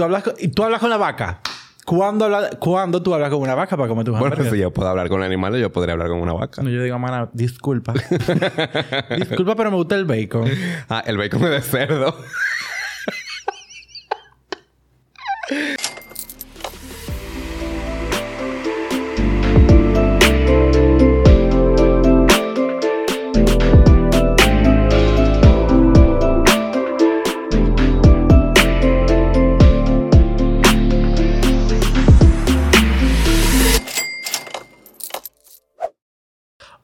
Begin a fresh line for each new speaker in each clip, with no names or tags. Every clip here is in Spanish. Tú hablas con, y tú hablas con la vaca. ¿Cuándo, habla- cuándo tú hablas con una vaca para comer tus
Bueno,
hamburguesas?
si yo puedo hablar con animales, yo podría hablar con una vaca.
No, yo digo, mana, disculpa. disculpa, pero me gusta el bacon.
Ah, el bacon es de cerdo.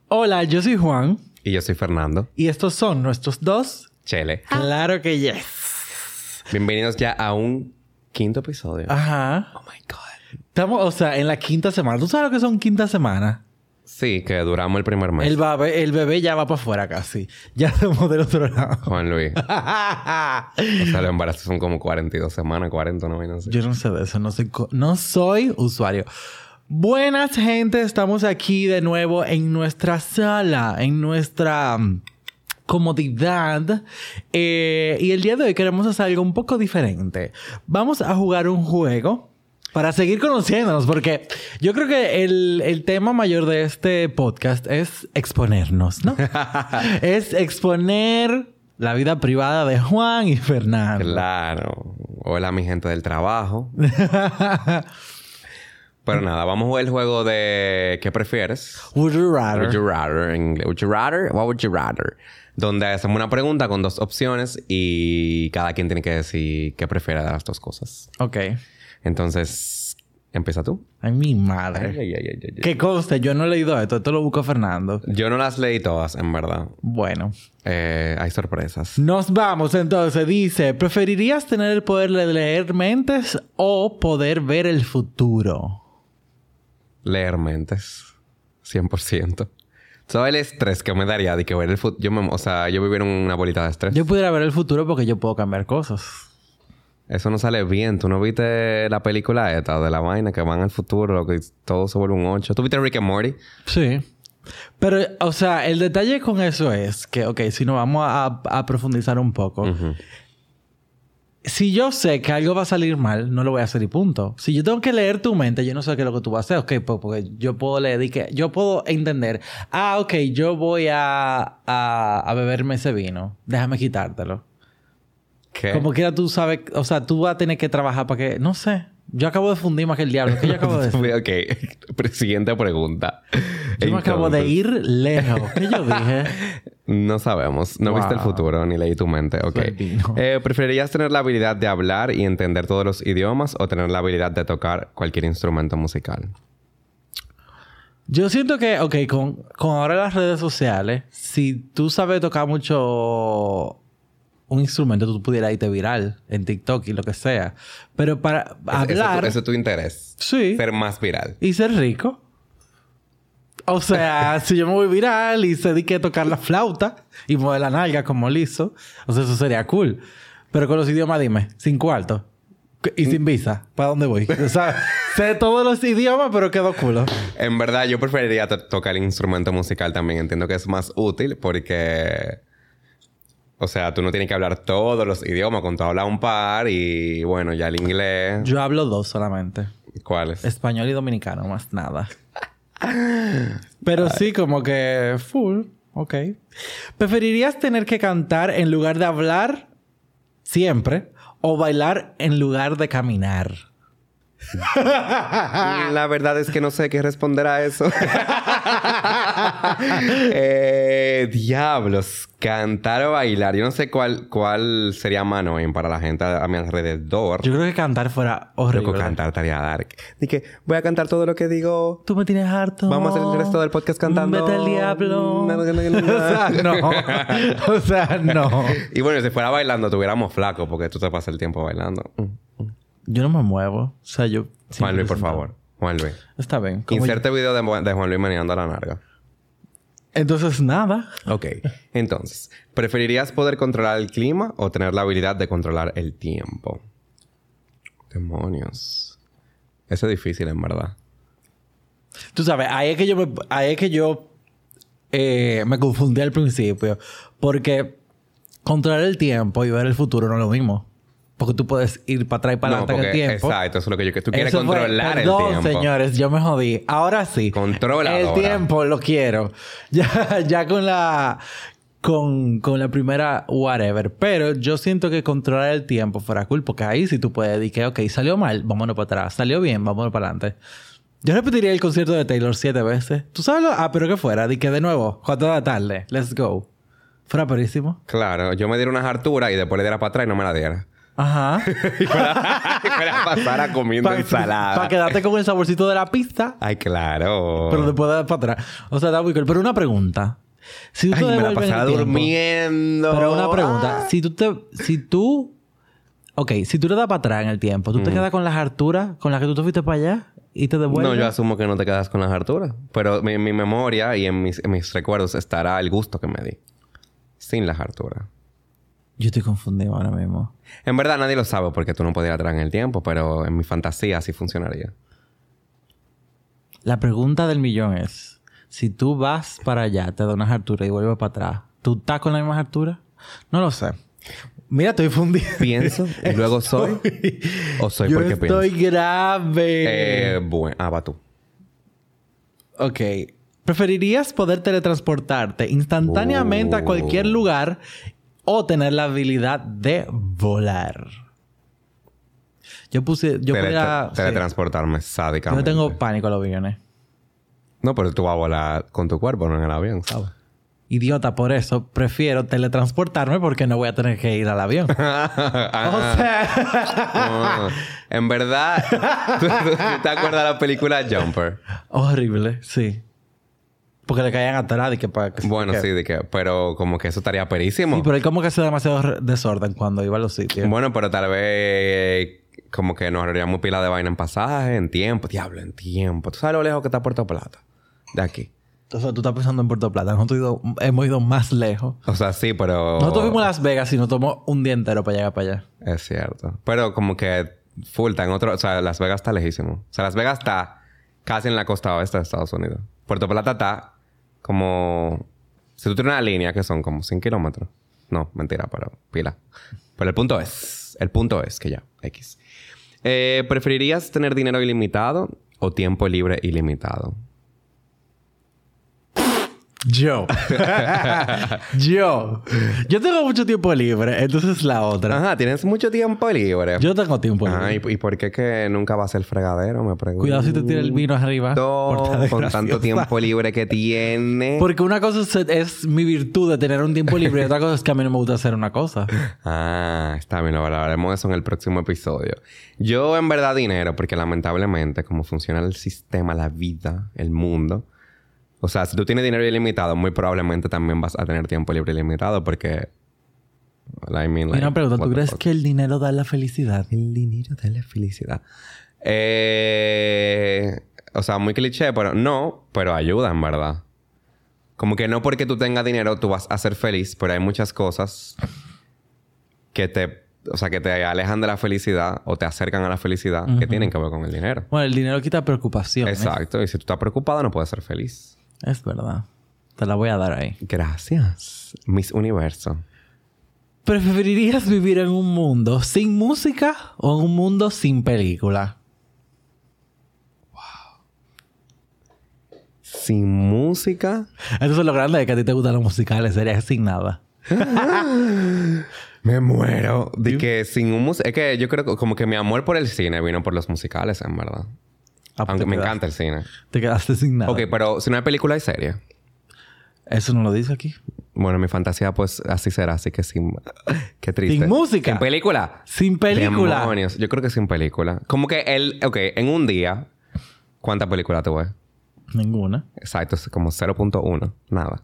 Hola, yo soy Juan
Y yo soy Fernando.
y estos son nuestros dos.
Chele.
Ah. Claro que yes.
Bienvenidos ya a un quinto episodio.
Ajá.
Oh my God.
Estamos, o sea, en la quinta semana. ¿Tú sabes lo que son quinta semana?
Sí, que duramos el primer mes.
El bebé, el bebé ya va para afuera casi. Ya somos del otro lado.
Juan Luis. O sea, los embarazos son como 42 semanas, 40, no no sé.
Yo no sé de eso, no soy, co- no soy usuario. Buenas gente, estamos aquí de nuevo en nuestra sala, en nuestra mm, comodidad. Eh, y el día de hoy queremos hacer algo un poco diferente. Vamos a jugar un juego para seguir conociéndonos, porque yo creo que el, el tema mayor de este podcast es exponernos, ¿no? es exponer la vida privada de Juan y Fernando.
Claro. Hola, mi gente del trabajo. Pero nada, vamos a jugar el juego de ¿qué prefieres?
Would you rather?
Would you rather en inglés. Would you rather? What would you rather? Donde hacemos una pregunta con dos opciones y cada quien tiene que decir qué prefiere de las dos cosas.
Ok.
Entonces, empieza tú.
Ay, mi madre. Que conste, yo no he leído esto. Esto lo buscó Fernando.
Yo no las leí todas, en verdad.
Bueno.
Eh, hay sorpresas.
Nos vamos entonces. Dice, ¿preferirías tener el poder de leer mentes o poder ver el futuro?
Leer mentes. 100%. ¿Sabes el estrés que me daría de que ver el fut- Yo me- o sea, yo vivir en una bolita de estrés.
Yo pudiera ver el futuro porque yo puedo cambiar cosas.
Eso no sale bien. ¿Tú no viste la película esta de la vaina que van al futuro, lo que todo se vuelve un 8? ¿Tú viste Rick and Morty?
Sí. Pero, o sea, el detalle con eso es que, ok, si nos vamos a, a profundizar un poco.
Ujú.
Si yo sé que algo va a salir mal, no lo voy a hacer y punto. Si yo tengo que leer tu mente, yo no sé qué es lo que tú vas a hacer. Ok, pues, porque yo puedo leer y que... Yo puedo entender. Ah, ok, yo voy a, a, a beberme ese vino. Déjame quitártelo.
¿Qué?
Como quiera tú sabes... O sea, tú vas a tener que trabajar para que... No sé. Yo acabo de fundir más que el diablo. ¿Qué yo acabo de decir?
ok. Pre- Siguiente pregunta.
Yo me acabo de
Entonces,
ir lejos. ¿Qué yo dije?
No sabemos. No viste el
Wow.
futuro ni leí tu mente. Ok.
Soy vino.
Eh, ¿Preferirías tener la habilidad de hablar y entender todos los idiomas o tener la habilidad de tocar cualquier instrumento musical?
Yo siento que, ok, con, con ahora las redes sociales, si tú sabes tocar mucho un instrumento, tú pudieras irte viral en TikTok y lo que sea. Pero para hablar,
Ese es tu interés.
sí,
Ser más viral.
y ser rico. O sea, si yo me voy viral y sé de que tocar la flauta y mover la nalga como liso, o sea, eso sería cool. Pero con los idiomas, dime, sin cuarto
Mm.
y sin visa, ¿para dónde voy? O sea, sé todos los idiomas, pero quedo culo.
En verdad, yo preferiría to- tocar el instrumento musical también. Entiendo que es más útil porque. O sea, tú no tienes que hablar todos los idiomas. Con todo hablar un par y bueno, ya el inglés.
Yo hablo dos solamente.
¿Cuáles?
Español y dominicano, más nada. Pero sí, como que full. Ok. ¿Preferirías tener que cantar en lugar de hablar siempre o bailar en lugar de caminar? Ah.
La verdad es que no sé qué responder a eso. Eh, diablos, cantar o bailar. Yo no sé cuál, cuál sería mano eh, para la gente a, a mi alrededor.
Yo creo que cantar fuera horrible.
Loco, cantar estaría dark. Dije, voy a cantar todo lo que digo.
Tú me tienes harto.
Vamos a hacer el resto del podcast cantando.
Vete al diablo.
Na, na, na, na, na.
o sea, no. O sea, no.
Y bueno, si fuera bailando, tuviéramos flaco porque tú te pasas el tiempo bailando. Mm.
Yo no me muevo. O sea, yo...
Juan
siempre
Luis, por
sentado.
favor. Juan Luis.
Está bien. Como yo-
Inserte video de, de Juan Luis meneando la narga.
Entonces, nada.
Ok. Entonces, ¿preferirías poder controlar el clima o tener la habilidad de controlar el tiempo? Demonios. Eso es difícil, en verdad.
Tú sabes, ahí es que yo me, ahí es que yo eh, me confundí al principio. Porque controlar el tiempo y ver el futuro no es lo mismo. Porque tú puedes ir para atrás y para
No,
adelante en el
porque-
tiempo.
Exacto, eso es lo que yo que tú quieres
Eso fue-
controlar el
Perdón,
tiempo.
señores, yo me jodí. Ahora sí.
Controladora.
El tiempo lo quiero. Ya, ya con la. Con, con la primera whatever. Pero yo siento que controlar el tiempo fuera cool. Porque ahí sí tú puedes decir que, ok, salió mal, vámonos para atrás. Salió bien, vámonos para adelante. Yo repetiría el concierto de Taylor siete veces. ¿Tú sabes lo? Ah, pero que fuera. Di que de nuevo, cuatro de la tarde. Let's go. Fuera perísimo.
Claro, yo me diera unas harturas y después le diera para atrás y no me la diera.
Ajá.
y fuera, y fuera a pasar a comiendo ensalada.
Para quedarte con el saborcito de la pista.
Ay, claro.
Pero después de para atrás. O sea, da muy cool. Pero una pregunta. Si tú
Ay,
te
me la
devuelves en
pasaba
el tiempo-
durmiendo.
Pero una pregunta.
Ah.
Si tú te... Si tú... Ok, si tú le das para atrás en el tiempo, ¿tú te
Mm.
quedas con las harturas con las que tú te fuiste para allá y te
No,
devuelves?
yo asumo que no te quedas con las harturas. Pero mi- en mi memoria y en mis, en mis recuerdos estará el gusto que me di. Sin las harturas.
Yo estoy confundido ahora mismo.
En verdad nadie lo sabe porque tú no podías atrás en el tiempo, pero en mi fantasía así funcionaría.
La pregunta del millón es... Si tú vas para allá, te das unas harturas y vuelves para atrás, ¿tú estás con las mismas harturas? No lo sé. Mira, estoy fundido.
Pienso y luego soy. o soy
yo
porque
estoy
pienso.
grave.
Eh, bueno, ah, va tú.
Ok. ¿Preferirías poder teletransportarte instantáneamente a
Oh.
cualquier lugar o tener la habilidad de volar? Yo puse. Yo
Tele-
pudiera- sí.
teletransportarme sádicamente.
Yo tengo pánico a los aviones.
No, pero tú vas a volar con tu cuerpo, no en el avión, ¿sabes?
Idiota, por eso prefiero teletransportarme porque no voy a tener que ir al avión. O sea.
Ah, en verdad, ¿tú, tú- te acuerdas de la película Jumper?
horrible, sí. Porque le caían atrás y que para que se-
Bueno,
que-
sí, de que, pero como que eso estaría perísimo.
Sí, pero él como que hace demasiado re- desorden cuando iba a los sitios.
Bueno, pero tal vez como que nos ahorraríamos pila de vaina en pasaje, en tiempo. Diablo, en tiempo. ¿Tú sabes lo lejos que está Puerto Plata? De aquí.
O sea, tú estás pensando en Puerto Plata. Nosotros ido- hemos ido más lejos.
O sea, sí, pero...
Nosotros fuimos a Las Vegas y nos tomó un día entero para llegar para allá.
Es cierto. Pero como que full está en otro... O sea, Las Vegas está lejísimo. O sea, Las Vegas está casi en la costa oeste de Estados Unidos. Puerto Plata está como... Si tú tienes una línea que son como 100 kilómetros. No, mentira, pero pila. Pero el punto es... El punto es que ya, X. Eh, ¿Preferirías tener dinero ilimitado o tiempo libre ilimitado?
Yo. yo. Yo tengo mucho tiempo libre, entonces la otra.
Ajá, tienes mucho tiempo libre.
Yo tengo tiempo libre.
Ajá, ¿y, y por qué que nunca va a ser fregadero? Me pregunto.
Cuidado si te tira el vino arriba.
Todo,
Portada
Uh. con
graciosa.
tanto tiempo libre que tiene.
Porque una cosa es, es mi virtud de tener un tiempo libre y otra cosa es que a mí no me gusta hacer una cosa.
Ah, está bien, lo hablaremos eso en el próximo episodio. Yo, en verdad, dinero, porque lamentablemente, como funciona el sistema, la vida, el mundo. O sea, si tú tienes dinero ilimitado, muy probablemente también vas a tener tiempo libre ilimitado, porque. I mean,
Y
like,
una pregunta,
what
¿tú
the
crees
fuck?
que el dinero da la felicidad?
El dinero da la felicidad. Eh, o sea, muy cliché, pero no, pero ayuda en verdad. Como que no porque tú tengas dinero tú vas a ser feliz, pero hay muchas cosas que te, o sea, que te alejan de la felicidad o te acercan a la felicidad que tienen que ver con el dinero.
Bueno, el dinero quita preocupación.
Exacto, y si tú estás preocupado no puedes ser feliz.
Es verdad. Te la voy a dar ahí.
Gracias, Miss Universo.
¿Preferirías vivir en un mundo sin música o en un mundo sin película?
Sin música,
Eso es lo grande de que a ti te gustan los musicales, sería sin nada.
Me muero. De que sin un mus- Es que yo creo que como que mi amor por el cine vino por los musicales, en verdad.
Ah, pues
Aunque
te
me
quedas-
encanta el cine.
Te quedaste sin nada.
Ok, pues- pero si no hay película, hay serie.
Eso no lo dice aquí.
Bueno, mi fantasía, pues así será, así que sin. Qué triste.
Sin música.
Sin película.
Sin película.
Demonios. Yo creo que sin película. Como que el. Ok, en un día, ¿cuántas películas tú ves?
Ninguna.
Exacto, es como 0.1. Nada.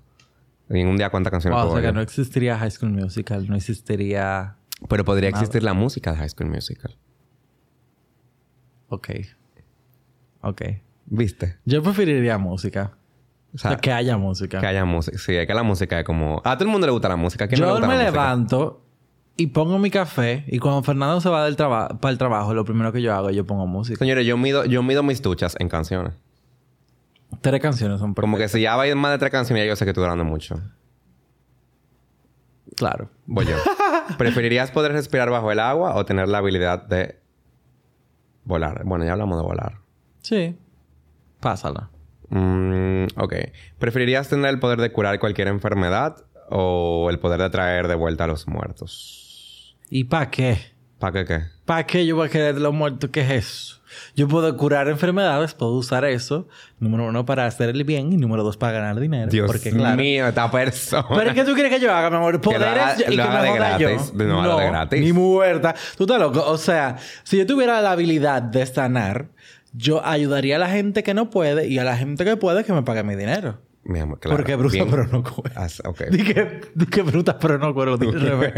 Y en un día, ¿cuántas canciones
Wow,
tú
Ah, o sea que
oyes?
no existiría High School Musical, no existiría.
Pero podría existir la música de High School Musical.
Ok. Ok.
¿Viste?
Yo preferiría música.
O
O sea, que haya música.
Que haya música. Sí, es que la música es como. A todo el mundo le gusta la música. ¿A quién no le
Yo
gusta
me
la música?
levanto y pongo mi café y cuando Fernando se va del traba- para el trabajo, lo primero que yo hago, yo pongo música.
Señores, yo mido, yo mido mis duchas en canciones.
Tres canciones son
Como que si ya va a ir más de tres canciones, ya yo sé que estoy durando mucho.
Claro.
Voy yo. ¿Preferirías poder respirar bajo el agua o tener la habilidad de volar? Bueno, ya hablamos de volar.
Sí. Pásala.
Mm, ok. ¿Preferirías tener el poder de curar cualquier enfermedad o el poder de traer de vuelta a los muertos?
¿Y para qué?
¿Para qué qué?
¿Para qué yo voy a querer lo muerto? ¿Qué es eso? Yo puedo curar enfermedades, puedo usar eso. Número uno, para hacer el bien. Y número dos, para ganar dinero.
Dios
porque, claro.
mío, esta persona.
¿Pero qué tú quieres que yo haga, mi amor?
lo haga-
Poderes yo- y
lo
que
haga
me
de
joda yo.
gratis. No, lo haga de gratis.
Ni muerta. Tú estás loco. O sea, si yo tuviera la habilidad de sanar, yo ayudaría a la gente que no puede y a la gente que puede que me pague mi dinero.
Mi amor, claro.
Porque bruta,
Bien.
pero no cuero.
As- ok.
Dije, dije bruta, pero no cuero. Dije al revés.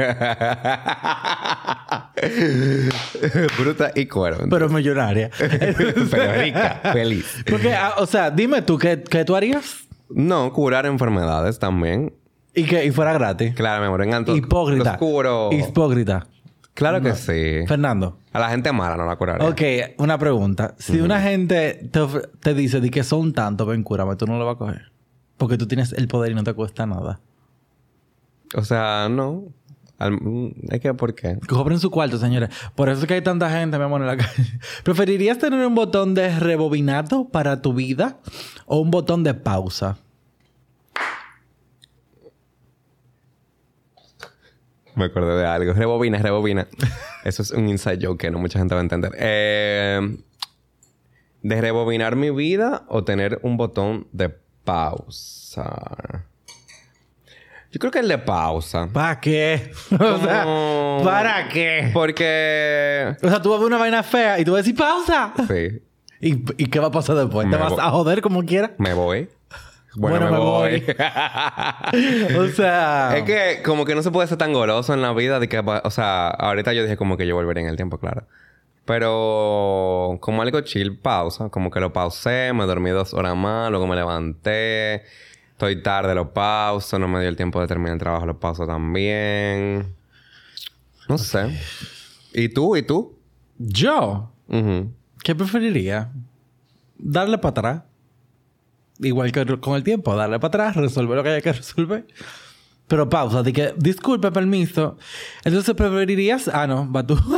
Bruta y cuero.
pero millonaria.
Pero rica, feliz.
Porque, ah, o sea, dime tú, ¿qué, qué tú harías?
No, curar enfermedades también.
Y que y fuera gratis.
Claro, me amor, en
Hipócrita.
Oscuro.
Hipócrita.
Claro que sí.
Fernando.
A la gente mala no la curaré.
Ok, una pregunta. Si una gente te, ofre- te dice di que son tantos, ven, cúrame, tú no lo vas a coger. Porque tú tienes el poder y no te cuesta nada.
O sea, no. Al- mm, es que, ¿por qué?
Cobren su cuarto, señores. Por eso es que hay tanta gente, mi amor, en la calle. ¿Preferirías tener un botón de rebobinato para tu vida o un botón de pausa?
Me acuerdo de algo. Rebobina, rebobina. Eso es un inside joke que no mucha gente va a entender. Eh, ¿De rebobinar mi vida o tener un botón de pausa? Yo creo que el de pausa.
¿Para qué? O sea,
Como-
¿para qué?
Porque...
O sea, tú vas a ver una vaina fea y tú vas a decir pausa.
Sí.
¿Y, y qué va a pasar después? ¿Te
Me
vas
voy.
a joder como quieras?
Me voy. Bueno,
Bueno,
me,
me
voy. Ah.
voy. O sea...
Es que como que no se puede ser tan goloso en la vida de que, va- o sea, ahorita yo dije como que yo volvería en el tiempo, claro. Pero como algo chill, pausa, como que lo pausé, me dormí dos horas más, luego me levanté, estoy tarde, lo pauso, no me dio el tiempo de terminar el trabajo, lo pauso también. No sé. ¿Y tú? ¿Y tú?
Yo...
Ujú.
¿Qué preferiría? Darle para atrás. Igual que con el tiempo, darle para atrás, resolver lo que haya que resolver. Pero pausa, de que, disculpe, permiso. Entonces preferirías. Ah, no, va tú.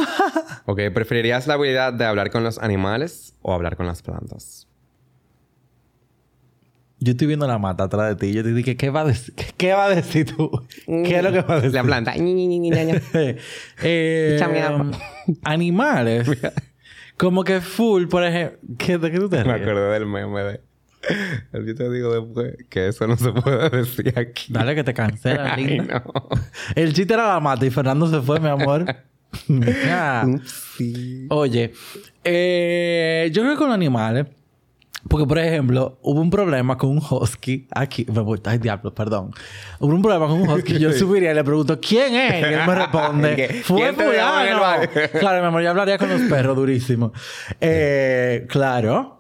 Ok, ¿preferirías la habilidad de hablar con los animales o hablar con las plantas?
yo estoy viendo la mata atrás de ti. Yo te dije, ¿qué va a decir, qué va a decir tú? ¿Qué es lo que va a decir?
La planta. Ñi, ñi, ñi, ñi, ña, ña.
Eh,
Échame agua.
animales. Como que full, por ejemplo. ¿Qué, ¿De qué tú te
Me
ríes?
acordé del meme de. Yo te digo después que eso no se puede decir aquí.
Dale que te cancelan,
Ay,
linda.
no.
El chiste era la mata y Fernando se fue, mi amor. Ah.
Sí.
Oye, eh, yo creo que con los animales, porque por ejemplo, hubo un problema con un husky aquí, me voy, ay diablo, perdón. Hubo un problema con un husky, yo subiría y le pregunto, ¿quién es? Y él me
¿Qué?
responde, fue
¿Quién te dejó en el
fulano.
baño?
Claro, mi amor, yo hablaría con los perros durísimo. Eh, claro.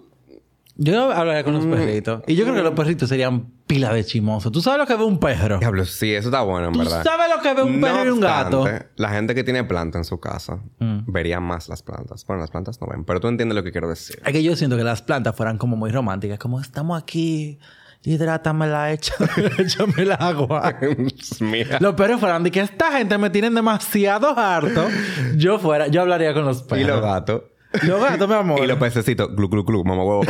Yo hablaría con
Mm.
los perritos. Y yo creo que los perritos serían pila de chimosos. ¿Tú sabes lo que ve un perro?
Diablo, sí, eso está bueno, en
¿Tú
verdad.
sabes lo que ve un
No
perro y un gato? Mm.
obstante, La gente que tiene planta en su casa vería más las plantas. Bueno, las plantas no ven, pero tú entiendes lo que quiero decir.
Es que yo siento que las plantas fueran como muy románticas, como estamos aquí, hidrátamela, échamela, échame el agua.
Dios mío.
Los perros fueran de que esta gente me tienen demasiado harto. Yo fuera, yo hablaría con los perros.
Y los gatos.
Los gatos, mi amor.
Y los pececitos. Glu, glu, glu, mamá huevo.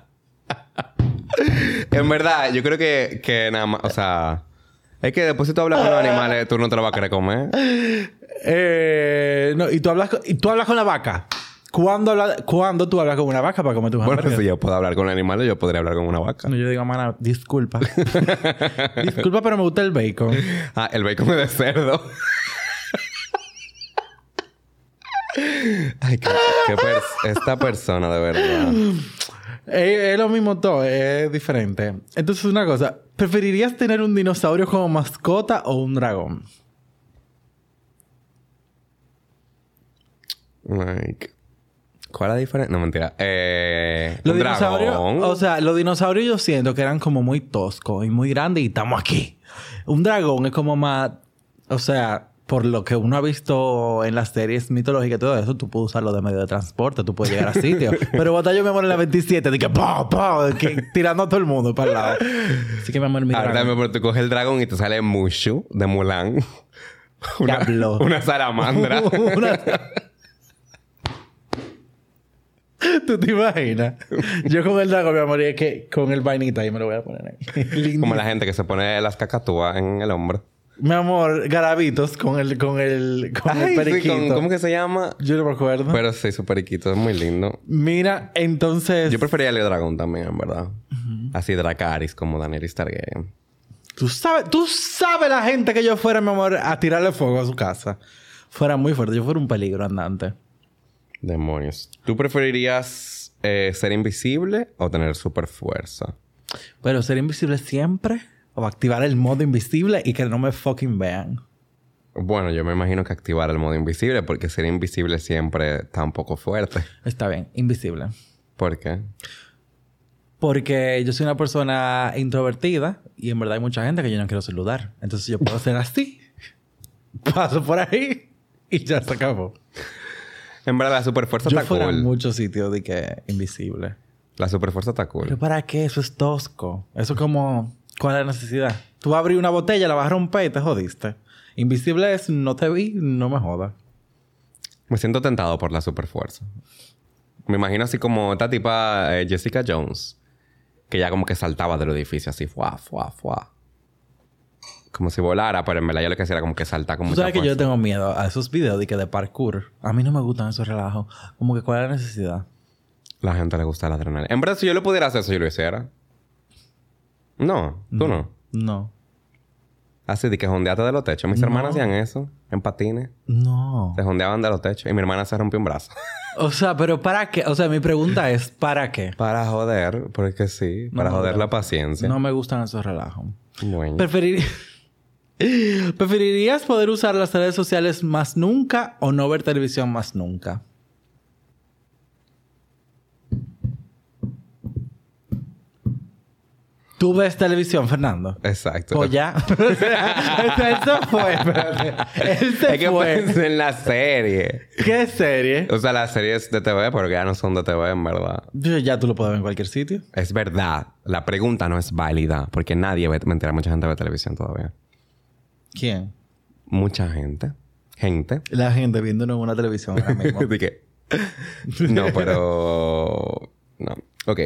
en verdad, yo creo que, que nada más, o sea... Es que después si tú hablas con los animales, tú no te lo vas a querer comer.
Eh, no, y tú hablas con, y tú hablas con la vaca. ¿Cuándo, habla- cuándo tú hablas con una vaca para comer tu
Bueno,
hamburguesa?
si yo puedo hablar con animales, yo podría hablar con una vaca.
No, yo digo, mana, disculpa. disculpa, pero me gusta el bacon.
Ah, el bacon de cerdo. Ay, qué, qué pers- esta persona, de verdad.
Es, es lo mismo todo, es diferente. Entonces, una cosa, ¿preferirías tener un dinosaurio como mascota o un dragón?
Like, ¿Cuál es la diferencia? No, mentira. Eh,
Los
un
dinosaurios,
dragón.
o sea, los dinosaurios yo siento que eran como muy toscos y muy grandes y estamos aquí. Un dragón es como más, o sea, por lo que uno ha visto en las series mitológicas y todo eso, tú puedes usarlo de medio de transporte, tú puedes llegar a sitio. Pero batalló mi amor en la 27, dije, ¡pum, pum! que- tirando a todo el mundo para el lado. Así que mi amor, mi
Ahora
dragón,
también, pero tú coges el dragón y te sale Mushu de Mulan. Una,
Diablo.
una salamandra.
Una- ¿Tú te imaginas? Yo con el dragón, mi amor, y es que con el vainita, yo me lo voy a poner ahí. Lindo.
Como la gente que se pone las cacatúas en el hombro.
Mi amor, garabitos con el, con el, con el
Ay, sí,
periquito. Ah.
con- ¿Cómo que se llama?
Yo no me acuerdo.
Pero sí, su periquito es muy lindo.
Mira, entonces,
Yo prefería el de dragón también, en verdad. Así Dracaris, como Daenerys Targaryen.
tú sabes, tú sabes la gente que yo fuera, mi amor, a tirarle fuego a su casa. Fuera muy fuerte, yo fuera un peligro andante.
Demonios. ¿Tú preferirías eh, ser invisible o tener super fuerza?
Pero ser invisible siempre o activar el modo invisible y que no me fucking vean.
Bueno, yo me imagino que activar el modo invisible, porque ser invisible siempre está un poco fuerte.
Está bien, invisible.
¿Por qué?
Porque yo soy una persona introvertida y en verdad hay mucha gente que yo no quiero saludar. Entonces yo puedo ser así. Paso por ahí y ya se acabó.
En verdad, la superfuerza
Yo
está
fuera
cool.
en muchos sitios de que invisible.
La superfuerza está cool.
¿Pero para qué? Eso es tosco. Eso es como... ¿Cuál es la necesidad? Tú abrir una botella, la vas a romper y te jodiste. Invisible es no te vi, no me jodas.
Me siento tentado por la superfuerza. Me imagino así como esta tipa eh, Jessica Jones, que ya como que saltaba del edificio así, fuá, fuá, fuá. Como si volara, pero en verdad yo lo que hacía era como que saltar como
Tú sabes que yo tengo miedo a esos videos de que de parkour. A mí no me gustan esos relajos. Como que ¿cuál es la necesidad?
La gente le gusta la adrenalina. En verdad, si yo lo pudiera hacer, eso yo lo hiciera. No, tú no.
No.
Así de que jondeate de los techos. Mis hermanas hacían eso, en patines.
No.
Se jondeaban de los techos. Y mi hermana se rompió un brazo.
O sea, pero ¿para qué? O sea, mi pregunta es, ¿para qué?
para joder, porque sí. Para
no,
joder
no.
la paciencia.
No me gustan esos relajos.
Bueno.
Preferir- ¿Preferirías poder usar las redes sociales más nunca o no ver televisión más nunca? ¿Tú ves televisión, Fernando?
Exacto.
Pues ya. O sea, Eso fue. espérate. Él se
Es que
fue.
pensé en la serie.
¿Qué serie?
O sea, las series de TV, pero que ya no son de TV, en verdad.
Ya tú lo puedes ver en cualquier sitio.
Es verdad. La pregunta no es válida, porque nadie ve, me entera, mucha gente ve televisión todavía.
¿Quién?
Mucha gente. Gente.
La gente viéndonos en una televisión ahora mismo.
De que- No, pero. No. Ok.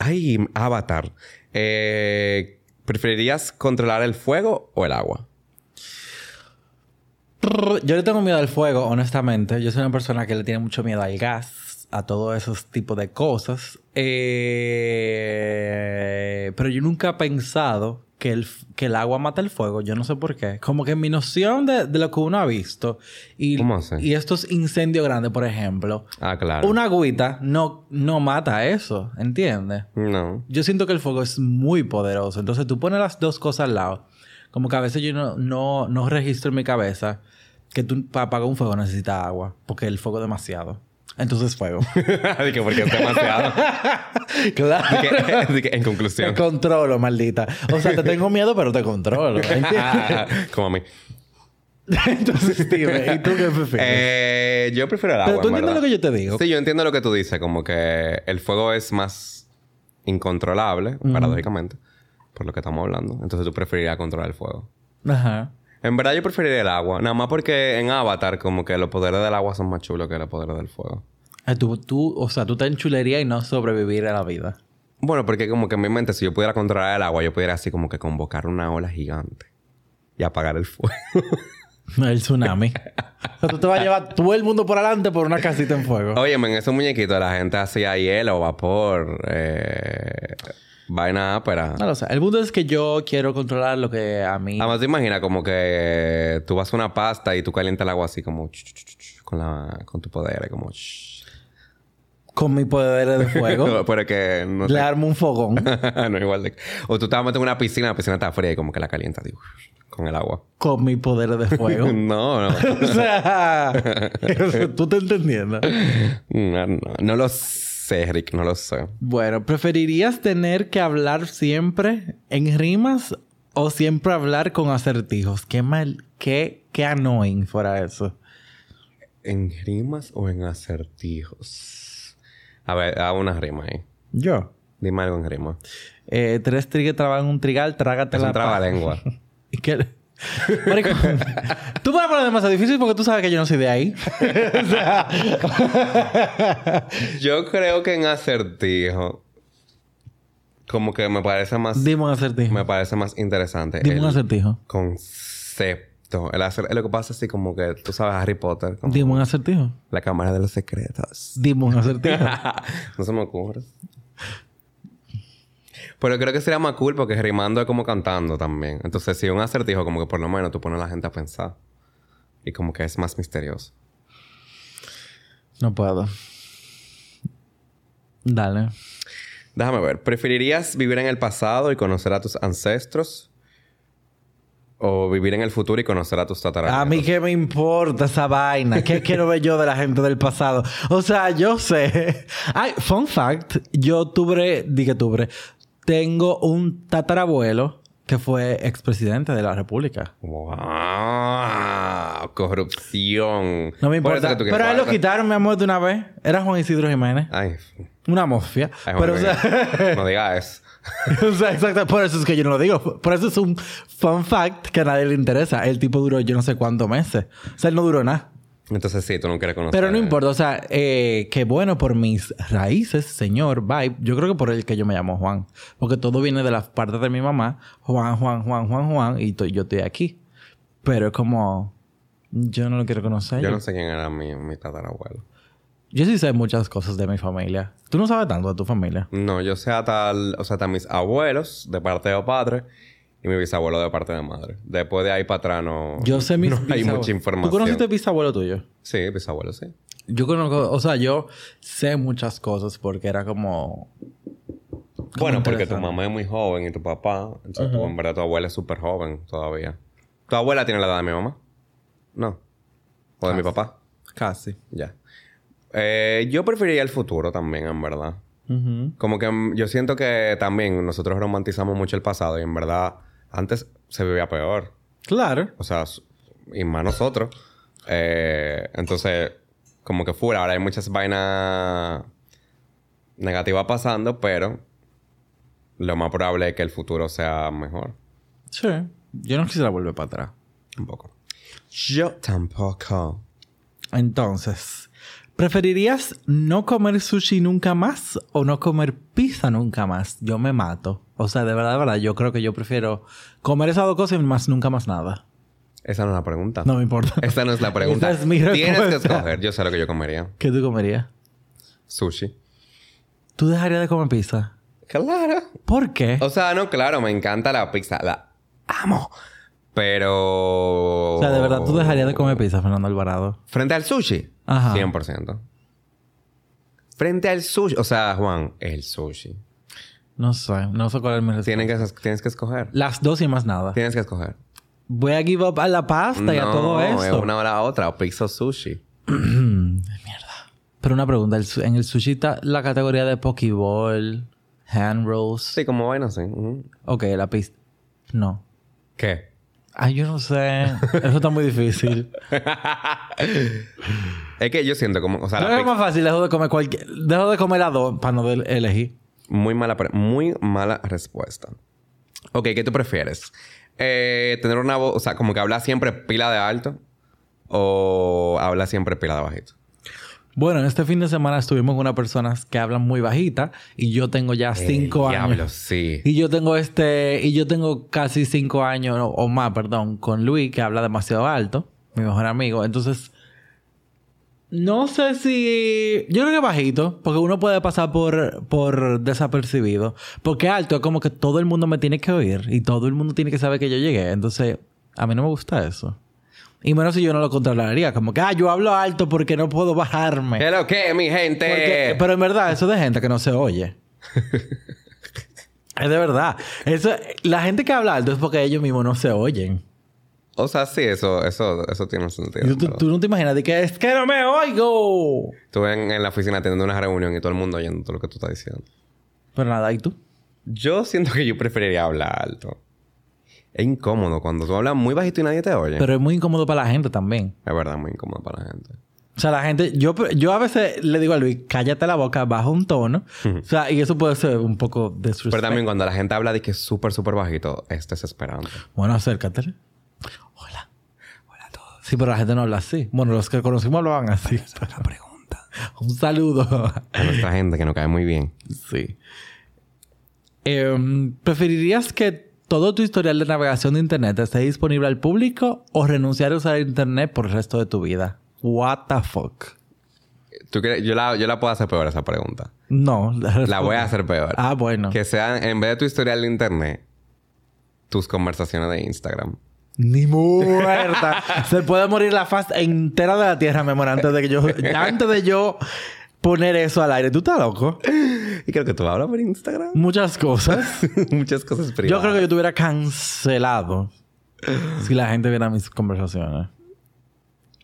Ay, Avatar. Eh, ¿Preferirías controlar el fuego o el agua?
Prr, Yo le tengo miedo al fuego, honestamente. Yo soy una persona que le tiene mucho miedo al gas, a todos esos tipos de cosas. Eh, Pero yo nunca he pensado que el, f- que el agua mata el fuego. Yo no sé por qué. Como que en mi noción de, de lo que uno ha visto y,
¿Cómo así?
y estos incendios grandes, por ejemplo,
Ah, claro.
una agüita no, no mata eso, ¿entiendes?
No.
Yo siento que el fuego es muy poderoso. Entonces tú pones las dos cosas al lado. Como que a veces yo no, no, no registro en mi cabeza que tú para apagar un fuego necesitas agua. Porque el fuego es demasiado. Entonces fuego.
De que porque es demasiado. De
claro.
que- de que, en
Te
conclusión.
controlo, maldita. O sea, te tengo miedo, pero te controlo. ¿entiendes?
Como a mí.
Entonces, dime, ¿y tú qué prefieres?
Eh, yo prefiero el agua.
pero tú
en
entiendes lo
verdad.
que yo te digo.
Sí, yo entiendo lo que tú dices, como que el fuego es más incontrolable, paradójicamente, por lo que estamos hablando. Entonces tú preferirías controlar el fuego.
Ajá.
En verdad yo preferiría el agua, nada más porque en Avatar como que los poderes del agua son más chulos que los poderes del fuego.
Ah, Tú, tú, o sea, tú te enchulerías y no sobrevivir a la vida.
Bueno, porque como que en mi mente si yo pudiera controlar el agua, yo pudiera así como que convocar una ola gigante y apagar el fuego.
El tsunami. o sea, tú te vas a llevar todo el mundo por adelante por una casita en fuego.
Oye, en esos muñequitos la gente hacía hielo, vapor, eh, vaina ápera.
No lo sé. El punto es que yo quiero controlar lo que a mí.
Además, te imaginas como que tú vas a una pasta y tú calientas el agua así como ch, ch, ch, ch, con, la, con tu poder, como... ch.
Con mi poder de fuego.
Pero que no
le
sé.
armo un fogón.
no igual de... O tú te vas a meter en una piscina, la piscina está fría y como que la calientas así, uf, con el agua.
Con mi poder de fuego.
No, no.
o sea. Tú te entendiendo.
No, no. No lo sé, Rick, no lo sé.
Bueno, ¿preferirías tener que hablar siempre en rimas o siempre hablar con acertijos? Qué mal. Qué Qué annoying fuera eso.
¿En rimas o en acertijos? A ver, hago una rima ahí.
Yo.
Dime algo en rima.
Eh, tres trigues traban un trigal, trágate
Es
la
un trabalengua.
¿Y qué? Marico, tú me la pones demasiado difícil porque tú sabes que yo no soy de ahí. O sea,
Yo creo que en acertijo. Como que me parece más.
dime un acertijo.
Me parece más interesante.
Dime un
el
acertijo.
concepto. El acer- Lo que pasa es así como que tú sabes Harry Potter. como
Dime un acertijo.
La cámara de los secretos.
Dime un acertijo.
no se me ocurre. Pero creo que sería más cool porque rimando es como cantando también. Entonces, si un acertijo, como que por lo menos tú pones a la gente a pensar. Y como que es más misterioso.
No puedo. Dale.
Déjame ver. ¿Preferirías vivir en el pasado y conocer a tus ancestros? ¿O vivir en el futuro y conocer a tus tataranietos?
A mí qué me importa esa vaina. ¿Qué quiero ver yo de la gente del pasado? O sea, yo sé. Ay, fun fact. Yo tuve, dije tuve, tengo un tatarabuelo que fue expresidente de la República.
¡Wow! Corrupción.
No me
Por eso
importa.
que tú
Pero
quieres-
a él lo quitaron, mi amor, de una vez. Era Juan Isidro Jiménez.
Ay,
Una mafia.
ay,
Pero, o
Juan Miguel.
sea,
no digas eso.
o sea, exacto. Por eso es que yo no lo digo. Por eso es un fun fact que a nadie le interesa. El tipo duró yo no sé cuántos meses. O sea, él no duró nada.
Entonces sí, tú no quieres conocer.
Pero no importa, o sea, eh, qué bueno por mis raíces, señor. Bye. Yo creo que por el que yo me llamo Juan. Porque todo viene de las partes de mi mamá. Juan, Juan, Juan, Juan, Juan. Y to- yo estoy aquí. Pero es como... Yo no lo quiero conocer.
Yo no
Yo,
sé quién era mi, mi tatarabuelo.
sí sé muchas cosas de mi familia. Tú no sabes tanto de tu familia.
No, yo sé a tal... O sea, hasta mis abuelos de parte de padre y mi bisabuelo de parte de madre. Después de ahí para atrás no...
Yo sé mis
no hay
bisabue-
mucha información.
¿Tú conociste bisabuelo tuyo?
Sí, bisabuelo, sí.
Yo conozco... O sea, yo sé muchas cosas porque era como...
Bueno, porque tu
interesante.
mamá es muy joven y tu papá. Entonces, tú, en verdad, tu abuela es súper joven todavía. ¿Tu abuela tiene la edad de mi mamá? No. ¿O de mi papá?
Casi.
Ya. Eh, yo preferiría el futuro también, en verdad.
Ujú.
Como que mm, yo siento que también nosotros romantizamos mucho el pasado y en verdad antes se vivía peor.
Claro.
O sea, s- y más nosotros. Eh, entonces, como que fuera. Ahora hay muchas vainas negativas pasando, pero lo más probable es que el futuro sea mejor.
Sí. Yo no quisiera volver para atrás.
Tampoco. Yo tampoco.
Entonces, ¿preferirías no comer sushi nunca más o no comer pizza nunca más? Yo me mato. O sea, de verdad, de verdad, yo creo que yo prefiero comer esas dos cosas y más nunca más nada.
Esa no es la pregunta.
No me importa.
Esa no es la pregunta.
Esa es mi
Tienes que
respuesta.
escoger. Yo sé lo que yo comería.
¿Qué tú comerías?
Sushi.
¿Tú dejarías de comer pizza?
Claro.
¿Por qué?
O sea, no, claro, me encanta la pizza. La amo. Pero.
O sea, de verdad, ¿tú dejarías de comer pizza, Fernando Alvarado?
Frente al sushi.
Ajá.
100%. Frente al sushi. O sea, Juan, el sushi.
No sé, no sé cuál es mi respuesta.
Tienen que, tienes que escoger.
Las dos y más nada.
Tienes que escoger.
Voy a give up a la pasta y a todo
No,
eso.
Es una hora a otra. O pizza o sushi.
Pero una pregunta, ¿el su- en el sushi está la categoría de pokeball, hand rolls.
Sí, como vaina, sí. Ujú.
Ok, la pista. No.
¿Qué?
Ay, yo no sé. Eso está muy difícil.
Es que yo siento como. O sea,
Yo
la
creo que es
pizza-
más fácil. Dejo de comer cualquier... Dejo de comer las dos para no de- elegir.
Muy mala, pre- muy mala respuesta. Ok, ¿qué tú prefieres? Eh, tener una voz, o sea, como que hablar siempre pila de alto o hablar siempre pila de bajito.
Bueno, este fin de semana estuvimos con unas personas que hablan muy bajita y yo tengo ya cinco
El
años.
Diablo, sí.
Y yo tengo este... Y yo tengo casi cinco años no, o más, perdón, con Luis que habla demasiado alto. Mi mejor amigo. Entonces... No sé si... Yo creo que bajito, porque uno puede pasar por, por desapercibido. Porque alto es como que todo el mundo me tiene que oír y todo el mundo tiene que saber que yo llegué. Entonces, a mí no me gusta eso. Y menos si yo no lo controlaría. Como que, ah, yo hablo alto porque no puedo bajarme.
¿Qué lo que, mi gente?
Porque- pero en verdad, eso es de gente que no se oye. es de verdad. Eso, la gente que habla alto es porque ellos mismos no se oyen.
O sea, sí, eso, eso, eso tiene un sentido.
Y tú,
pero-
tú no te imaginas de que es que no me oigo.
Tú en, en la oficina teniendo una reunión y todo el mundo oyendo todo lo que tú estás diciendo.
Pero nada, ¿y tú?
Yo siento que yo preferiría hablar alto. Es incómodo cuando tú hablas muy bajito y nadie te oye.
Pero es muy incómodo para la gente también.
Es verdad, muy incómodo para la gente.
O sea, la gente, yo, yo a veces le digo a Luis, cállate la boca, baja un tono. O sea, y eso puede ser un poco destructivo.
Pero también cuando la gente habla de que es súper, súper bajito, es desesperante.
Bueno, acércate. Hola. Hola a todos. Sí, pero la gente no habla así. Bueno, los que conocimos hablaban así.
La pregunta.
Un saludo.
A nuestra gente que nos cae muy bien.
sí. Em, ¿Preferirías que todo tu historial de navegación de Internet esté disponible al público o renunciar a usar Internet por el resto de tu vida? What the fuck?
¿Tú crees? Yo, la, yo la puedo hacer peor esa pregunta.
No.
La voy a hacer peor.
Ah, bueno.
Que sean, en vez de tu historial de internet, tus conversaciones de Instagram.
Ni muerta. Se puede morir la faz entera de la tierra, mi amor, antes de que yo, antes de yo poner eso al aire. ¿Tú estás loco?
Y creo que tú hablas por Instagram.
Muchas cosas.
Muchas cosas
Yo
privadas.
creo que yo te hubiera cancelado si la gente viera mis conversaciones.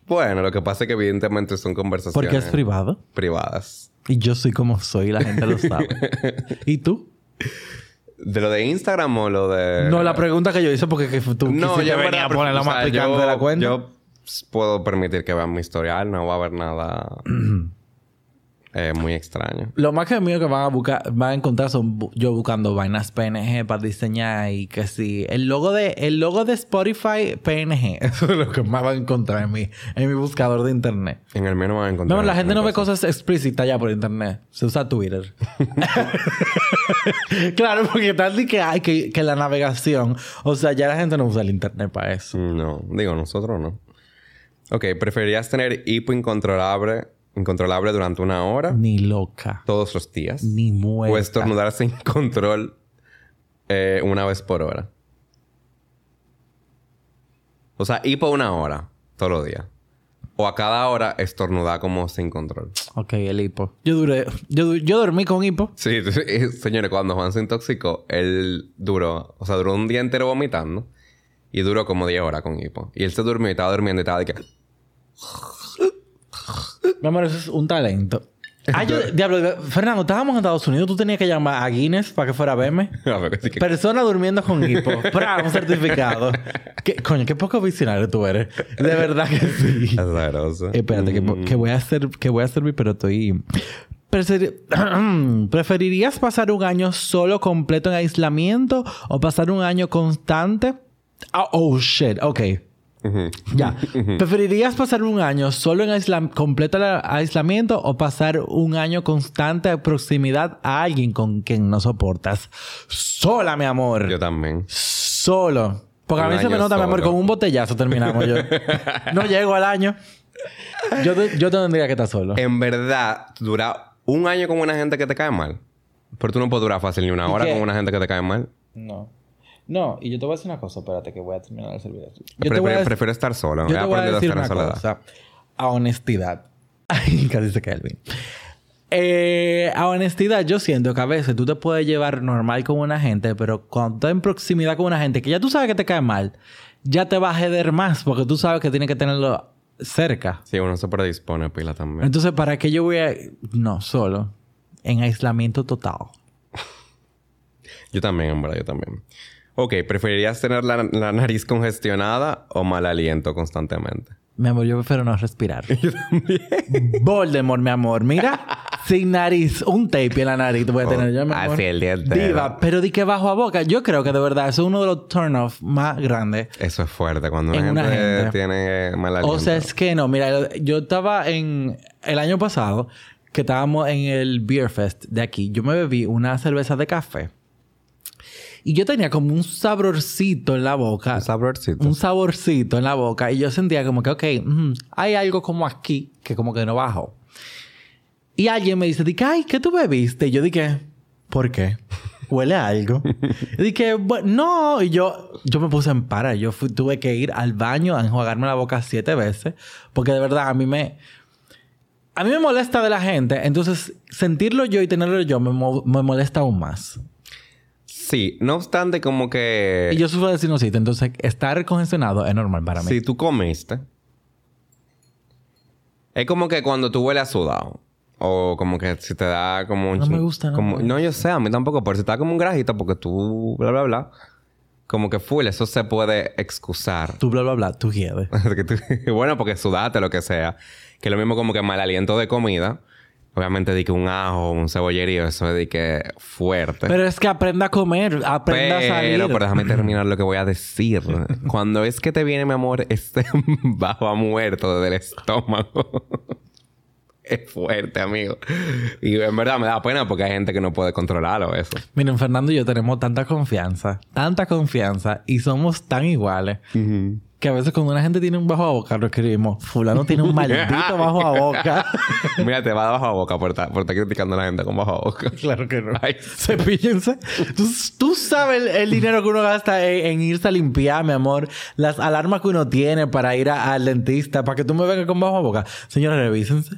Bueno, lo que pasa es que evidentemente son conversaciones...
Porque es privado.
Privadas.
Y yo soy como soy, y la gente lo sabe. ¿Y tú?
¿De lo de Instagram o lo de...?
No, la pregunta que yo hice porque que tú
Eh, No,
quisiste
yo en
venir
verdad,
a poner la
o sea,
más picante
yo-
de la cuenta.
Yo s- puedo permitir que vean mi historial. No va a haber nada... eh, muy extraño.
Lo más que mío que van a buscar, van a encontrar son bu- yo buscando vainas PNG para diseñar y que sí. El logo de, el logo de Spotify PNG. Eso es lo que más van a encontrar en mi, en mi buscador de internet.
En el mío no van a
No,
encontrar...
la gente no ve
ninguna
cosas explícitas ya por internet. Se usa Twitter. claro, porque tal de que hay que, que la navegación. O sea, ya la gente no usa el internet para eso.
No, digo, nosotros no. Ok, ¿preferirías tener hipo incontrolable, incontrolable durante una hora
Ni loca.
todos los días?
Ni
¿O
muerta.
estornudar sin control eh, una vez por hora? O sea, hipo una hora todos los días. O a cada hora estornudar como sin control.
Ok, el hipo. Yo duré. Yo, du- yo dormí con hipo.
Sí, sí, señores, cuando Juan se intoxicó, él duró, o sea, duró un día entero vomitando y duró como 10 horas con hipo. Y él se durmió y estaba durmiendo y estaba de que...
Mi amor, eso es un talento. Ah, yo, diablo, Fernando, estábamos en Estados Unidos. Tú tenías que llamar a Guinness para que fuera a verme.
A ver, así que-
Persona durmiendo con hipo. ¡Pra! Un certificado. ¿Qué, coño, qué poco visionario tú eres. De verdad que sí.
Azaroso.
Espérate, que, vo- que voy a hacer, que voy a servir, pero estoy. Preferi- ¿Preferirías pasar un año solo completo en aislamiento o pasar un año constante? Ah, oh shit, ok.
Ujú.
Ya. ¿Preferirías pasar un año solo en aisla- completo la- aislamiento o pasar un año constante de proximidad a alguien con quien no soportas? Sola, mi amor.
Yo también.
Solo. Porque a
Un
mí se me
año
nota, mi amor,
solo.
con un botellazo terminamos yo. no llego al año. Yo, te- yo tendría que estar solo.
En verdad, dura un año con una gente que te cae mal. Pero tú no puedes durar fácil ni una
¿Y
hora
qué?
con una gente que te cae mal.
No. No, y yo te voy a decir una cosa, espérate, que voy a terminar el servidor. Yo te
Prefiero,
voy a, decir-
prefiero estar solo.
yo
He
te voy a
aprendido a
decir
estar en
una
soledad.
cosa. A honestidad. Ay, casi se cae el vino. Eh, a honestidad, yo siento que a veces tú te puedes llevar normal con una gente, pero cuando estás en proximidad con una gente que ya tú sabes que te cae mal, ya te va a jeder más porque tú sabes que tienes que tenerlo cerca.
Sí, uno se predispone pila también.
Entonces, ¿para qué yo voy a...? No, solo. En aislamiento total.
Yo también, en verdad, yo también. Ok, ¿preferirías tener la, la nariz congestionada o mal aliento constantemente?
Mi amor, yo prefiero no respirar. Yo también. Voldemort, mi amor. Mira, sin nariz. Un tape en la nariz te voy a tener yo, mi amor.
Oh, Así el día entero.
Diva, pero di que bajo a boca. Yo creo que de verdad eso es uno de los turn-off más grandes.
Eso es fuerte cuando una,
En
gente,
una gente.
tiene mal aliento.
O sea, es que no. Mira, yo estaba en... El año pasado, que estábamos en el Beer Fest de aquí, yo me bebí una cerveza de café. Y yo tenía como un saborcito en la boca.
Un saborcito.
un saborcito en la boca y yo sentía como que, ok, mm, hay algo como aquí que como que no bajo. Y alguien me dice, di que, ay, ¿qué tú bebiste? Y yo dije, ¿por qué? Huele a algo. Y dije, "Bu- no. Y yo, yo me puse en para. Yo fui- tuve que ir al baño a enjuagarme la boca siete veces. Porque de verdad, a mí me... A mí me molesta de la gente. Entonces, sentirlo yo y tenerlo yo me, mo- me molesta aún más.
Sí, no obstante, como que...
Y yo sufro de sinusitis. Entonces, estar congestionado es normal para mí.
Si tú comiste, es como que cuando tú hueles a sudado. O como que si te da como un...
No
chin-
me gusta, no
como-
me
no, yo sé, a mí tampoco. Pero si te da como un grajito porque tú... Bla, bla, bla. como que full, eso se puede excusar.
Tú bla, bla, bla, tú quieres.
Que tú- bueno, porque sudate, lo que sea. Que lo mismo como que mal aliento de comida. Obviamente di que un ajo, un cebollerío, eso es de que fuerte.
Pero es que aprenda a comer, aprenda a salir.
Pero, pero déjame terminar lo que voy a decir. Cuando es que te viene, mi amor, este bajo a muerto del estómago. es fuerte, amigo. Y en verdad me da pena porque hay gente que no puede controlarlo eso.
Miren, Fernando y yo tenemos tanta confianza, tanta confianza y somos tan iguales que a veces cuando una gente tiene un bajo a boca lo escribimos, fulano tiene un maldito bajo a boca.
Mira, te va bajo a boca por estar por estar criticando a la gente con bajo a boca.
claro que no.
Ay,
Cepíllense. Tú, tú sabes el, el dinero que uno gasta en, en irse a limpiar, mi amor. Las alarmas que uno tiene para ir a- al dentista, para que tú me vengas con bajo a boca. Señores, revísense.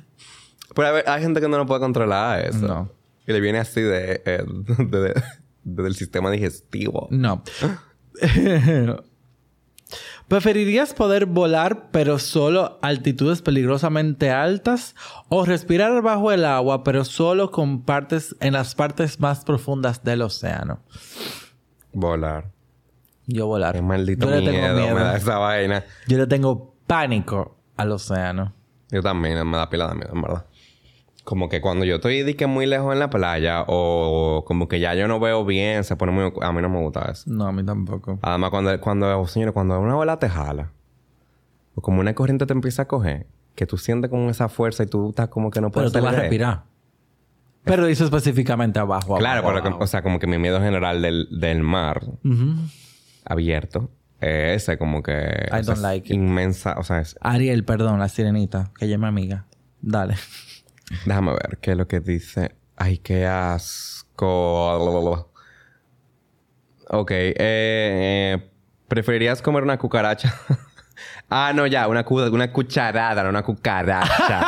Pero a ver, hay gente que no lo puede controlar eso.
No.
Y le viene así de, eh, de- de- de- del sistema digestivo.
No. ¿Preferirías poder volar pero solo a altitudes peligrosamente altas o respirar bajo el agua pero solo con partes en las partes más profundas del océano?
Volar.
Yo volar.
Qué maldito
Yo le
miedo,
tengo miedo.
me da esa vaina.
Yo le tengo pánico al océano.
Yo también me da pila de miedo, en verdad. Como que cuando yo estoy de que muy lejos en la playa o como que ya yo no veo bien, se pone muy... ocu- A mí no me gusta eso.
No, a mí tampoco.
Además, cuando, cuando, oh, señor, cuando una ola te jala o como una corriente te empieza a coger, que tú sientes como esa fuerza y tú estás como que no
Pero
puedes
te vas
salir
a
pues de ahí.
respirar. Pero dice específicamente abajo.
Claro,
abajo,
pero que-
abajo.
o sea, como que mi miedo general del, del mar abierto. eh, Ese como que...
I
o sea,
don't
es
like it.
Inmensa, o sea, es-
Ariel, perdón, la sirenita, que ella es mi amiga. Dale.
déjame ver qué es lo que dice. Ay, qué asco. Ok, eh, eh, ¿preferirías comer una cucaracha? ah, no, ya, una, cu- una cucharada, no una cucaracha.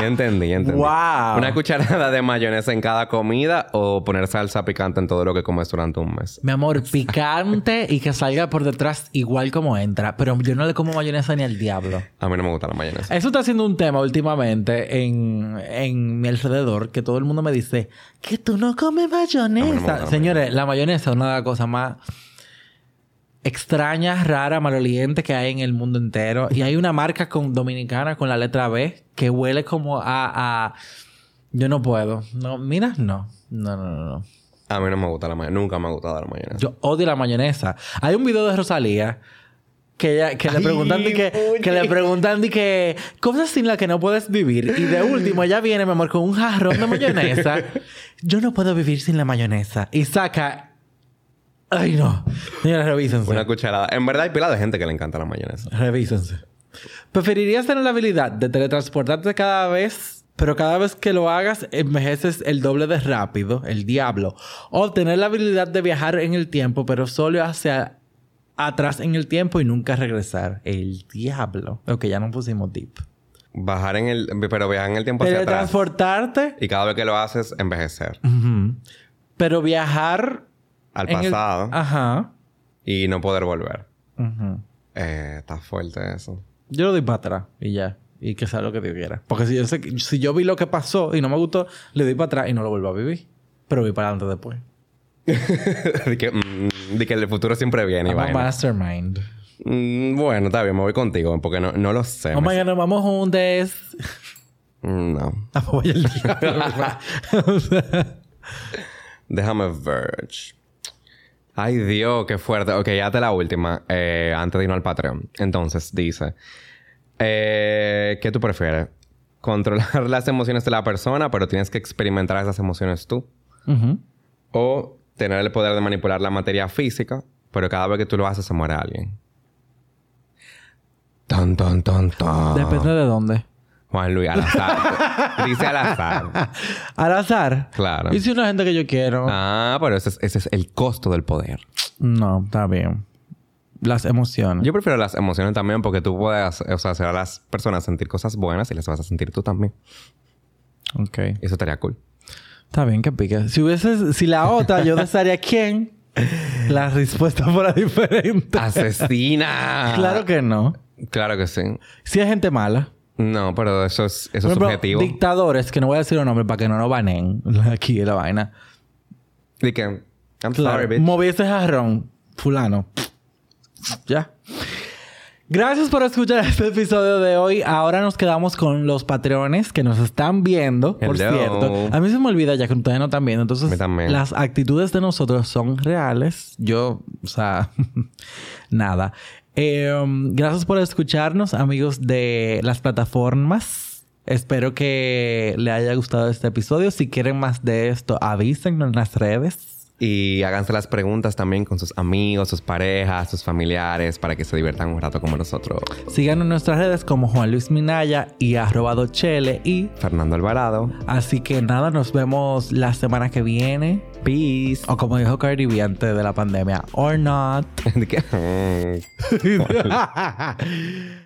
ya entendí, ya entendí.
Wow.
Una cucharada de mayonesa en cada comida o poner salsa picante en todo lo que comes durante un mes.
Mi amor, picante y que salga por detrás igual como entra. Pero yo no le como mayonesa ni al diablo.
A mí no me gusta la mayonesa.
Eso está siendo un tema últimamente en, en mi alrededor que todo el mundo me dice que tú no comes
A mí no
mayonesa.
me gusta la
Señores, la mayonesa es una de las cosas más extrañas, raras, malolientes que hay en el mundo entero. Y hay una marca con, dominicana con la letra B que huele como a, a- Yo no puedo. No, mira, no. No, no, no, no.
A mí no me gusta la mayonesa. Nunca me ha gustado la mayonesa.
Yo odio la mayonesa. Hay un video de Rosalía que, ella- que le
Ay,
preguntan de que,
Puchi.
que le preguntan de que cosas sin las que no puedes vivir. Y de último ella viene, mi amor, con un jarrón de mayonesa. Yo no puedo vivir sin la mayonesa. Y saca. Ay no. Señores, revísense.
Una cucharada. En verdad hay pila de gente que le encanta la mayonesa.
Revísense. ¿Preferirías tener la habilidad de teletransportarte cada vez, pero cada vez que lo hagas envejeces el doble de rápido, el diablo? ¿O tener la habilidad de viajar en el tiempo, pero solo hacia atrás en el tiempo y nunca regresar? El diablo. Ok, ya no pusimos tip.
Bajar en el... Pero viajar en el tiempo hacia atrás.
Teletransportarte,
Y cada vez que lo haces, envejecer.
ujú, pero viajar
Al
en el- Ah.
pasado.
Ajá.
Y no poder volver.
ujú.
Eh, está fuerte eso.
Yo lo doy para atrás y ya. Y que sea lo que Dios quiera. Porque si yo, sé que- si yo vi lo que pasó y no me gustó, le doy para atrás y no lo vuelvo a vivir. Pero voy para adelante después.
de, que, mm, de que el futuro siempre viene. y
I'm a
vaina.
mastermind.
Mm, bueno, está bien. Me voy contigo. Porque no, no lo sé.
Oh
me-
my God, nos vamos juntos.
Mm, No.
Ah, pues, el diablo. O sea,
Déjame ver. Ay, Dios, qué fuerte. Ok, ya te la última. eh, antes de irnos al Patreon. Entonces, dice... eh, ¿Qué tú prefieres? ¿Controlar las emociones de la persona, pero tienes que experimentar esas emociones tú?
ujú.
¿O tener el poder de manipular la materia física, pero cada vez que tú lo haces se muere alguien? Ton, ton, ton, ton.
Depende de dónde.
Juan Luis, al azar. dice al azar.
Al azar.
Claro.
Y si una gente que yo quiero.
Ah, pero ese es, ese es el costo del poder.
No, está bien. Las emociones.
Yo prefiero las emociones también porque tú puedes o sea, hacer a las personas sentir cosas buenas y las vas a sentir tú también.
Ok.
Eso estaría cool.
Está bien que pique. Si hubiese, si la otra, yo desearía quién, la respuesta fuera diferente.
Ah, ¡Asesina!
Claro que no.
Claro que sí.
Si hay gente mala.
No, pero eso es,
Por
eso es
ejemplo,
subjetivo.
Dictadores, que no voy a decir los nombres para que no nos banen aquí la vaina.
Di que, I'm
Claro.
sorry, bitch.
Moví ese jarrón. fulano. Ya. Gracias por escuchar este episodio de hoy. Ahora nos quedamos con los patrones que nos están viendo, por
Hello.
cierto. A mí se me olvida ya que ustedes no están viendo.
Me
Entonces,
también.
las actitudes de nosotros son reales. Yo, o sea, nada. Eh, gracias por escucharnos, amigos de las plataformas. Espero que les haya gustado este episodio. Si quieren más de esto, avísennos en las redes.
Y háganse las preguntas también con sus amigos, sus parejas, sus familiares, para que se diviertan un rato como nosotros.
Síganos en nuestras redes como Juan Luis Minaya y arroba dochele y
Fernando Alvarado.
Así que nada, nos vemos la semana que viene.
Peace.
O como dijo Cardi B antes de la pandemia, or not.
De que-